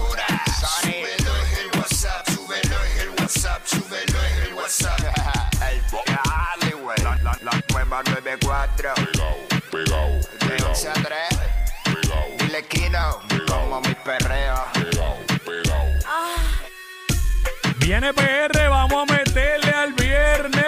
de 4. pegao, pegao, De 11 a pegao, 3. pegao, Dile Kino, como mis perreos. pegao, pegao. Viene PR, vamos a meterle al viernes.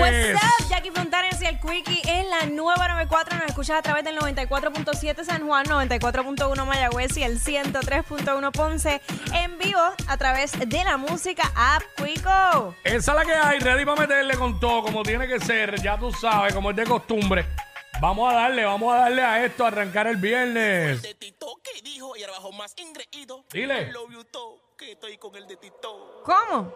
What's up, Jackie Fontanes y el Quickie en la nueva 94. Nos escuchas a través del 94.7 San Juan, 94.1 Mayagüez y el 103.1 Ponce. En vivo a través de la música App Quico. Esa es la que hay, ready para meterle con todo, como tiene que ser, ya tú sabes, como es de costumbre. Vamos a darle, vamos a darle a esto, a arrancar el viernes. de Tito que dijo y ahora bajo más ingreído. Dile. Lo vio todo que estoy con el de Tito. ¿Cómo?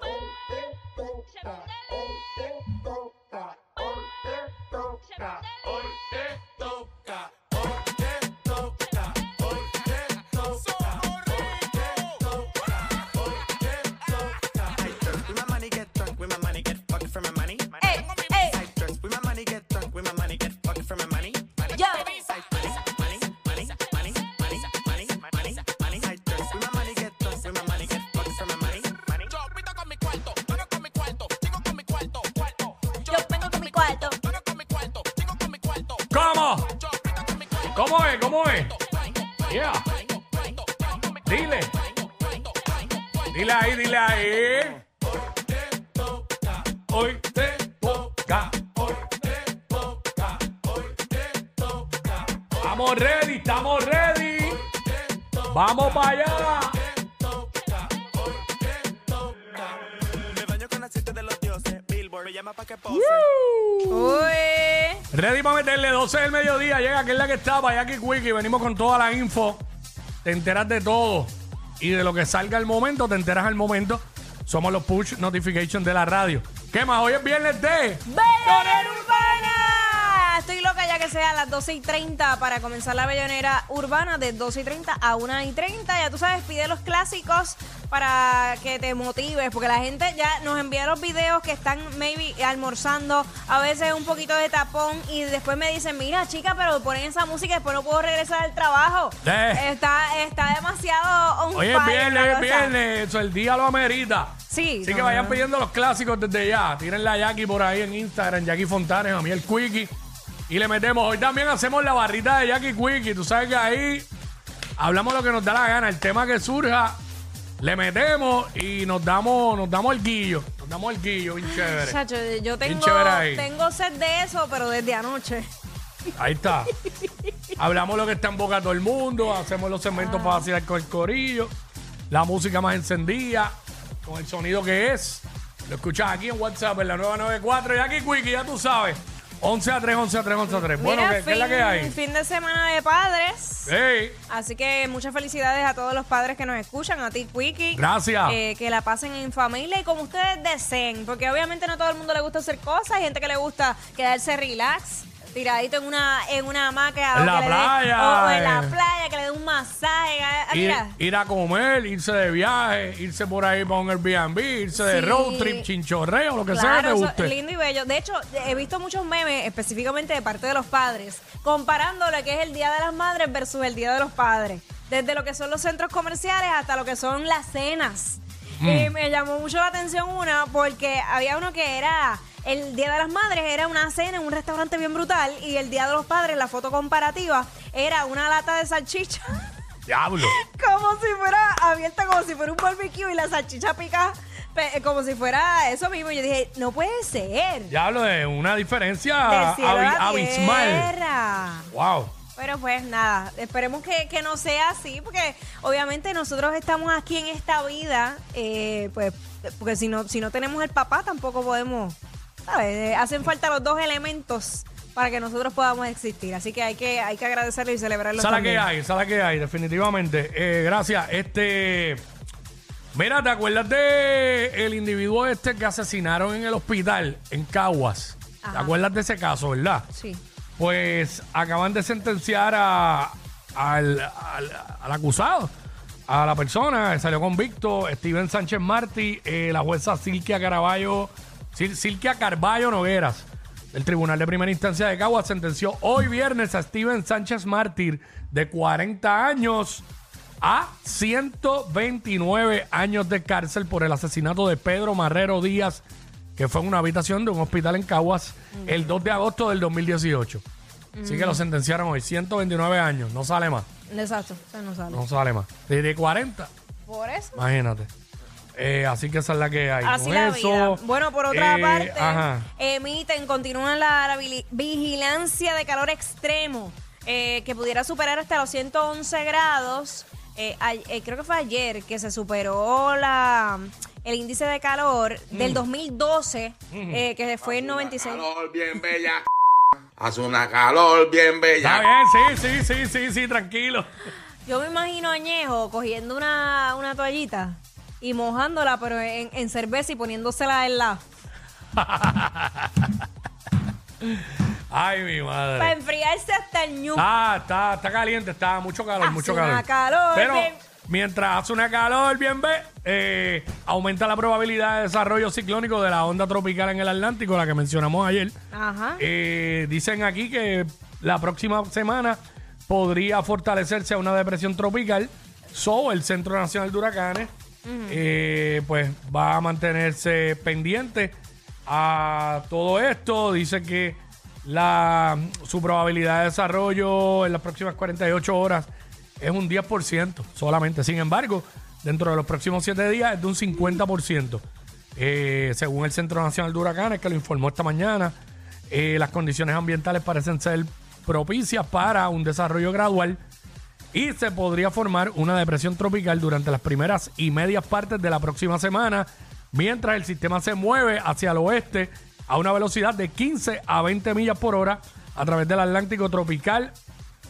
We my money get drunk, we my money get fucked for my money. ¡Ey, ey, Side drugs, we my money get drunk, we my money get fucked for my money. Money, yo! side drugs, money, money, money, money, money, money, money. Side drugs, we my money get drunk, we my money get fucked for my money. Money, Yo pito con mi cuarto, gano con mi cuarto, tengo con mi cuarto, cuarto. Yo Yo vengo con mi cuarto. gano con mi cuarto, tengo con mi cuarto. ¿Cómo? Yo pito con mi cuarto, ¿Cómo es? ¿Cómo es? Yeah. Dile. Dile ahí, dile ahí. Hoy te toca. Hoy te toca. Hoy te toca. Estamos ready, estamos ready. Vamos para allá. me baño con aceite de los dioses. Billboard, me llama pa' que pose. ¡Uy! Ready para meterle 12 del mediodía. Llega que es la que está para Jackie Quickie. Venimos con toda la info. Te enteras de todo. Y de lo que salga al momento, te enteras al momento. Somos los push notifications de la radio. ¿Qué más? Hoy es viernes de. ¡Bellonera Urbana! Estoy loca ya que sea a las 12 y 30 para comenzar la Bellonera Urbana de 12 y 30 a 1 y 30. Ya tú sabes, pide los clásicos para que te motives, porque la gente ya nos envía los videos que están maybe almorzando, a veces un poquito de tapón y después me dicen, mira chica, pero ponen esa música y después no puedo regresar al trabajo. Eh. Está, está demasiado on Hoy es fire viernes, la hoy es cosa. viernes. Eso, el día lo amerita. Sí, Así que no, vayan no. pidiendo los clásicos desde ya. Tírenla a Jackie por ahí en Instagram, Jackie Fontanes, a mí el Quickie. Y le metemos. Hoy también hacemos la barrita de Jackie Quickie. Tú sabes que ahí hablamos lo que nos da la gana. El tema que surja, le metemos y nos damos, nos damos el guillo. Nos damos el guillo, bien chévere. Chacho, yo Bien tengo, chévere ahí. tengo sed de eso, pero desde anoche. Ahí está. Hablamos lo que está en boca de todo el mundo, hacemos los segmentos Ah. para vacilar con el corillo, la música más encendida, con el sonido que es. Lo escuchas aquí en WhatsApp, en la 994, y aquí, Quickie, ya tú sabes. 11 a 3, 11 a 3, 11 a 3. Bueno, Mira, ¿qué, qué es la que hay? Fin de semana de padres. Hey, Así que muchas felicidades a todos los padres que nos escuchan, a ti, Quickie. Gracias. Eh, que la pasen en familia y como ustedes deseen. Porque obviamente no a todo el mundo le gusta hacer cosas. Hay gente que le gusta quedarse relax, tiradito en una, en una hamaca. o En la que le dé- playa, o, o en la eh. playa, que le dé un masaje. Ah, ir, mira. ir a comer, irse de viaje, irse por ahí para un Airbnb, irse de Sí. road trip, chinchorreo, lo que sea que Claro, te eso guste. es lindo y bello. De hecho, he visto muchos memes, específicamente de parte de los padres, comparando lo que es el Día de las Madres versus el Día de los Padres. Desde lo que son los centros comerciales hasta lo que son las cenas. Mm. Y me llamó mucho la atención una porque había uno que era... El Día de las Madres era una cena en un restaurante bien brutal y el Día de los Padres, la foto comparativa, era una lata de salchicha Diablo. como si fuera abierta, como si fuera un barbecue y la salchicha pica, pe- eh, como si fuera eso mismo. Yo dije, no puede ser. Diablo, es una diferencia Del cielo abi- a la abismal. tierra. Wow. Pero pues nada, esperemos que, que no sea así, porque obviamente nosotros estamos aquí en esta vida, eh, pues, porque si no, si no tenemos el papá tampoco podemos, ¿sabes? Eh, Hacen falta los dos elementos para que nosotros podamos existir. Así que hay que, hay que agradecerlo y celebrarlo. Esa es la también. que hay, esa es la que hay, definitivamente. Eh, gracias. Este. Mira, ¿te acuerdas de el individuo este que asesinaron en el hospital en Caguas? ¿Te Ajá. acuerdas de ese caso, verdad? Sí. Pues acaban de sentenciar a, al, al- al acusado, a la persona que salió convicto, Steven Sánchez Martí, eh, la jueza Silvia Caraballo, Sil- Silvia Carballo Nogueras, del Tribunal de Primera Instancia de Caguas, sentenció hoy viernes a Steven Sánchez Mártir, de 40 años, a 129 años de cárcel por el asesinato de Pedro Marrero Díaz que fue en una habitación de un hospital en Caguas el 2 de agosto del 2018. Así que lo sentenciaron hoy, 129 años, no sale más, Exacto, se nos sale. no sale más. Desde 40, Por eso. imagínate. Eh, así que esa es la que hay. Así con la eso. vida. Bueno, por otra Eh, parte, Ajá. emiten, continúan la, la vili- vigilancia de calor extremo eh, que pudiera superar hasta los 111 grados. Eh, a- eh, creo que fue ayer que se superó la el índice de calor Mm. del 2012, eh, que fue en 96. calor bien bella. Hace una calor bien Está bella. bien, sí, sí, sí, sí, sí, tranquilo. Yo me imagino a Ñejo cogiendo una, una toallita y mojándola, pero en, en cerveza y poniéndosela en la... Ay, mi Para madre. enfriarse hasta el ñu. Está, Ah, está, está caliente, está mucho calor, Hace mucho una calor. calor, Pero bien. mientras hace una calor, bien ve, eh, aumenta la probabilidad de desarrollo ciclónico de la onda tropical en el Atlántico, la que mencionamos ayer. Ajá. Eh, dicen aquí que la próxima semana podría fortalecerse a una depresión tropical. So, el Centro Nacional de Huracanes, eh, pues va a mantenerse pendiente a todo esto. Dice que la, su probabilidad de desarrollo en las próximas 48 horas es un 10% solamente. Sin embargo, dentro de los próximos 7 días es de un 50%. Eh, según el Centro Nacional de Huracanes, que lo informó esta mañana, eh, las condiciones ambientales parecen ser propicias para un desarrollo gradual y se podría formar una depresión tropical durante las primeras y medias partes de la próxima semana, mientras el sistema se mueve hacia el oeste a una velocidad de 15 a 20 millas por hora a través del Atlántico tropical,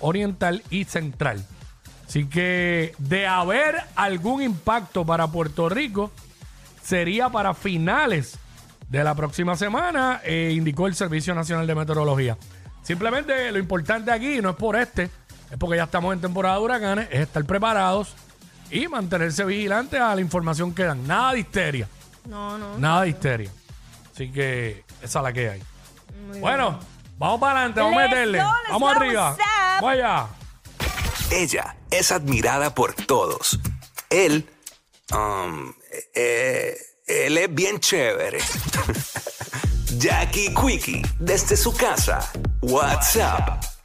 oriental y central. Así que de haber algún impacto para Puerto Rico, sería para finales de la próxima semana, eh, indicó el Servicio Nacional de Meteorología. Simplemente lo importante aquí no es por este, es porque ya estamos en temporada de huracanes, es estar preparados y mantenerse vigilantes a la información que dan. Nada de histeria, No, no. nada de histeria. Así que esa es la que hay. bueno, vamos para adelante, vamos a Let's meterle. go, let's vamos go, arriba. what's up? Vaya. Ella es admirada por todos. Él, um, eh, él es bien chévere. Jackie Quickie, desde su casa. What's up?